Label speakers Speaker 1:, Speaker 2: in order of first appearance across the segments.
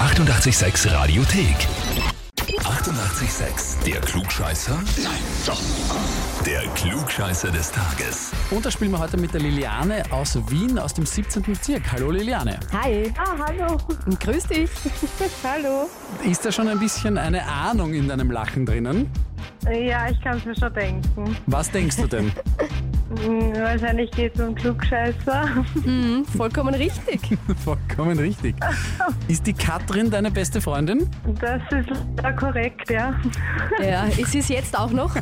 Speaker 1: 886 Radiothek. 88,6. Der Klugscheißer? Nein, doch. Der Klugscheißer des Tages.
Speaker 2: Und da spielen wir heute mit der Liliane aus Wien aus dem 17. Bezirk. Hallo Liliane.
Speaker 3: Hi,
Speaker 4: Ah, hallo.
Speaker 3: grüß dich.
Speaker 4: hallo.
Speaker 2: Ist da schon ein bisschen eine Ahnung in deinem Lachen drinnen?
Speaker 4: Ja, ich kann es mir schon denken.
Speaker 2: Was denkst du denn?
Speaker 4: Hm, Wahrscheinlich geht es um Klugscheißer.
Speaker 3: Vollkommen richtig.
Speaker 2: Vollkommen richtig. Ist die Katrin deine beste Freundin?
Speaker 4: Das ist leider korrekt, ja.
Speaker 3: Ja, ist es jetzt auch noch?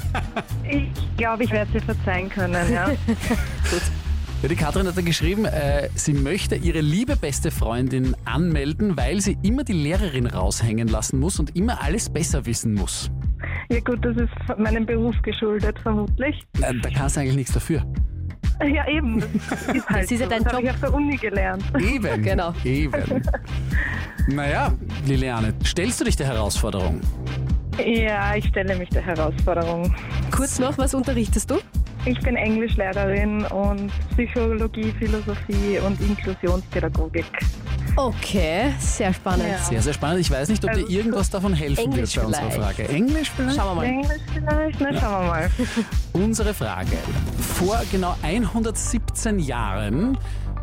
Speaker 4: Ich glaube, ich werde sie verzeihen können, ja.
Speaker 2: Ja, die Katrin hat da geschrieben, äh, sie möchte ihre liebe beste Freundin anmelden, weil sie immer die Lehrerin raushängen lassen muss und immer alles besser wissen muss.
Speaker 4: Ja gut, das ist meinem Beruf geschuldet, vermutlich.
Speaker 2: Äh, da kannst du eigentlich nichts dafür.
Speaker 4: Ja, eben. Das ist, halt
Speaker 3: Das ist ja
Speaker 4: so.
Speaker 3: dein
Speaker 4: das habe
Speaker 3: Job.
Speaker 4: ich auf der Uni gelernt.
Speaker 2: Eben.
Speaker 3: Genau.
Speaker 2: Eben. Naja, Liliane, stellst du dich der Herausforderung?
Speaker 4: Ja, ich stelle mich der Herausforderung.
Speaker 3: Kurz noch, was unterrichtest du?
Speaker 4: Ich bin Englischlehrerin und Psychologie, Philosophie und Inklusionspädagogik.
Speaker 3: Okay, sehr spannend.
Speaker 4: Ja.
Speaker 2: Sehr, sehr spannend. Ich weiß nicht, ob dir
Speaker 4: Also,
Speaker 2: irgendwas davon helfen
Speaker 3: Ähm, Englisch
Speaker 2: wird bei unserer
Speaker 3: vielleicht.
Speaker 2: Frage. Englisch vielleicht?
Speaker 3: Schauen wir mal.
Speaker 4: Englisch vielleicht? Na, schauen wir mal.
Speaker 2: Unsere Frage. Vor genau 117 Jahren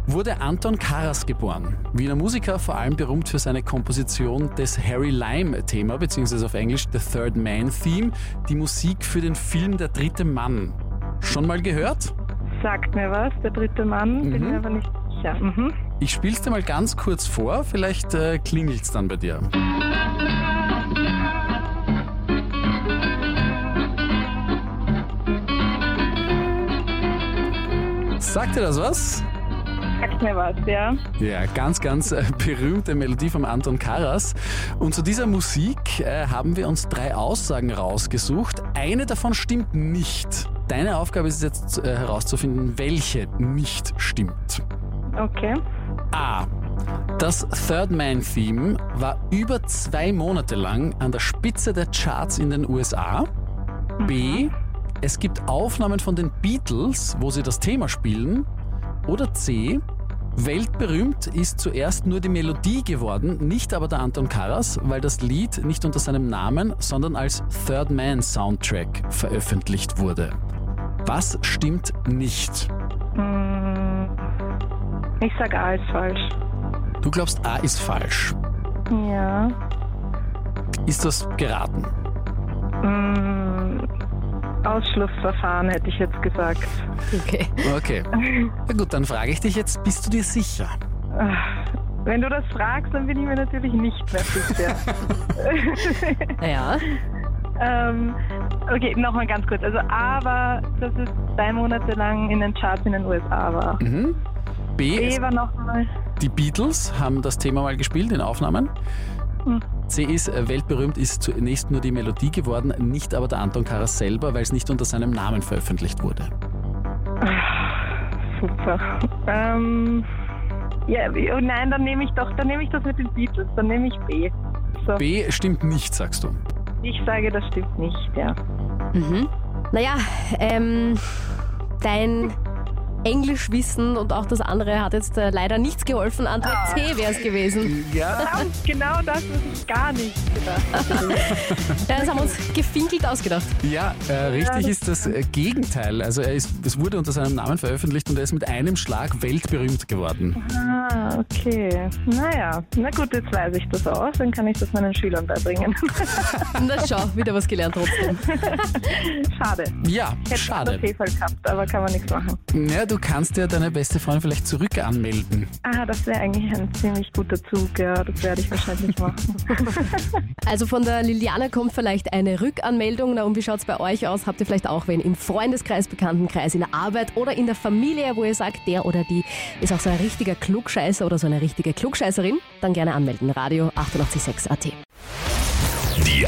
Speaker 2: wurde Anton Karas geboren. Wiener Musiker, vor allem berühmt für seine Komposition des Harry Lime-Thema, beziehungsweise auf Englisch The Third Man-Theme, die Musik für den Film Der dritte Mann. Schon mal gehört?
Speaker 4: Sagt mir was, der dritte Mann, bin mir aber nicht sicher. Mhm.
Speaker 2: Ich spiel's dir mal ganz kurz vor, vielleicht äh, klingelt's dann bei dir. Sagt dir das was?
Speaker 4: Sagt mir was, ja.
Speaker 2: Ja, ganz, ganz äh, berühmte Melodie von Anton Karas. Und zu dieser Musik äh, haben wir uns drei Aussagen rausgesucht. Eine davon stimmt nicht. Deine Aufgabe ist es jetzt äh, herauszufinden, welche nicht stimmt.
Speaker 4: Okay.
Speaker 2: A. Das Third Man Theme war über zwei Monate lang an der Spitze der Charts in den USA. B. Es gibt Aufnahmen von den Beatles, wo sie das Thema spielen. Oder C. Weltberühmt ist zuerst nur die Melodie geworden, nicht aber der Anton Karas, weil das Lied nicht unter seinem Namen, sondern als Third Man Soundtrack veröffentlicht wurde. Was stimmt nicht?
Speaker 4: Hm. Ich sag A ist falsch.
Speaker 2: Du glaubst, A ist falsch.
Speaker 4: Ja.
Speaker 2: Ist das geraten?
Speaker 4: Hm. Ausschlussverfahren hätte ich jetzt gesagt.
Speaker 3: Okay.
Speaker 2: Okay. Na gut, dann frage ich dich jetzt, bist du dir sicher?
Speaker 4: Ah. Wenn du das fragst, dann bin ich mir natürlich nicht mehr sicher.
Speaker 3: Ja,
Speaker 4: ähm, okay, nochmal ganz kurz. Also A war, dass es zwei Monate lang in den Charts in den USA war.
Speaker 2: Mhm. B,
Speaker 4: B
Speaker 2: ist,
Speaker 4: war nochmal.
Speaker 2: die Beatles haben das Thema mal gespielt in Aufnahmen.
Speaker 4: Mhm.
Speaker 2: C ist, äh, weltberühmt ist zunächst nur die Melodie geworden, nicht aber der Anton Karas selber, weil es nicht unter seinem Namen veröffentlicht wurde.
Speaker 4: Ah, Super. Ähm, ja, oh nein, dann nehme ich doch, dann nehme ich das mit den Beatles, dann nehme ich B. So.
Speaker 2: B stimmt nicht, sagst du.
Speaker 4: Ich sage, das stimmt nicht, ja.
Speaker 3: naja, Mhm. ähm, dein Englischwissen und auch das andere hat jetzt äh, leider nichts geholfen. Antwort C wäre es gewesen.
Speaker 2: Ah. Ja.
Speaker 4: Verdammt, genau das, was ich gar nicht gedacht
Speaker 3: Ja, das haben wir uns gefinkelt ausgedacht.
Speaker 2: Ja, äh, richtig ist das äh, Gegenteil. Also er ist, es wurde unter seinem Namen veröffentlicht und er ist mit einem Schlag weltberühmt geworden.
Speaker 4: Ah, okay. Naja, na gut, jetzt weiß ich das auch. Dann kann ich das meinen Schülern beibringen.
Speaker 3: Na schau, wieder was gelernt trotzdem.
Speaker 4: Schade.
Speaker 2: Ja,
Speaker 4: Ich hätte auch
Speaker 2: schade.
Speaker 4: noch Fehlfall gehabt, aber kann man nichts machen.
Speaker 2: Ja, du kannst ja deine beste Freundin vielleicht zurück anmelden.
Speaker 4: Ah, das wäre eigentlich ein ziemlich guter Zug, ja. Das werde ich wahrscheinlich machen.
Speaker 3: Also von der Liliana kommt vielleicht eine Rückanmeldung. Na und wie schaut's bei euch aus? Habt ihr vielleicht auch wen im Freundeskreis, Bekanntenkreis, in der Arbeit oder in der Familie, wo ihr sagt, der oder die ist auch so ein richtiger Klugscheißer oder so eine richtige Klugscheißerin? Dann gerne anmelden. Radio 886 AT.
Speaker 1: Die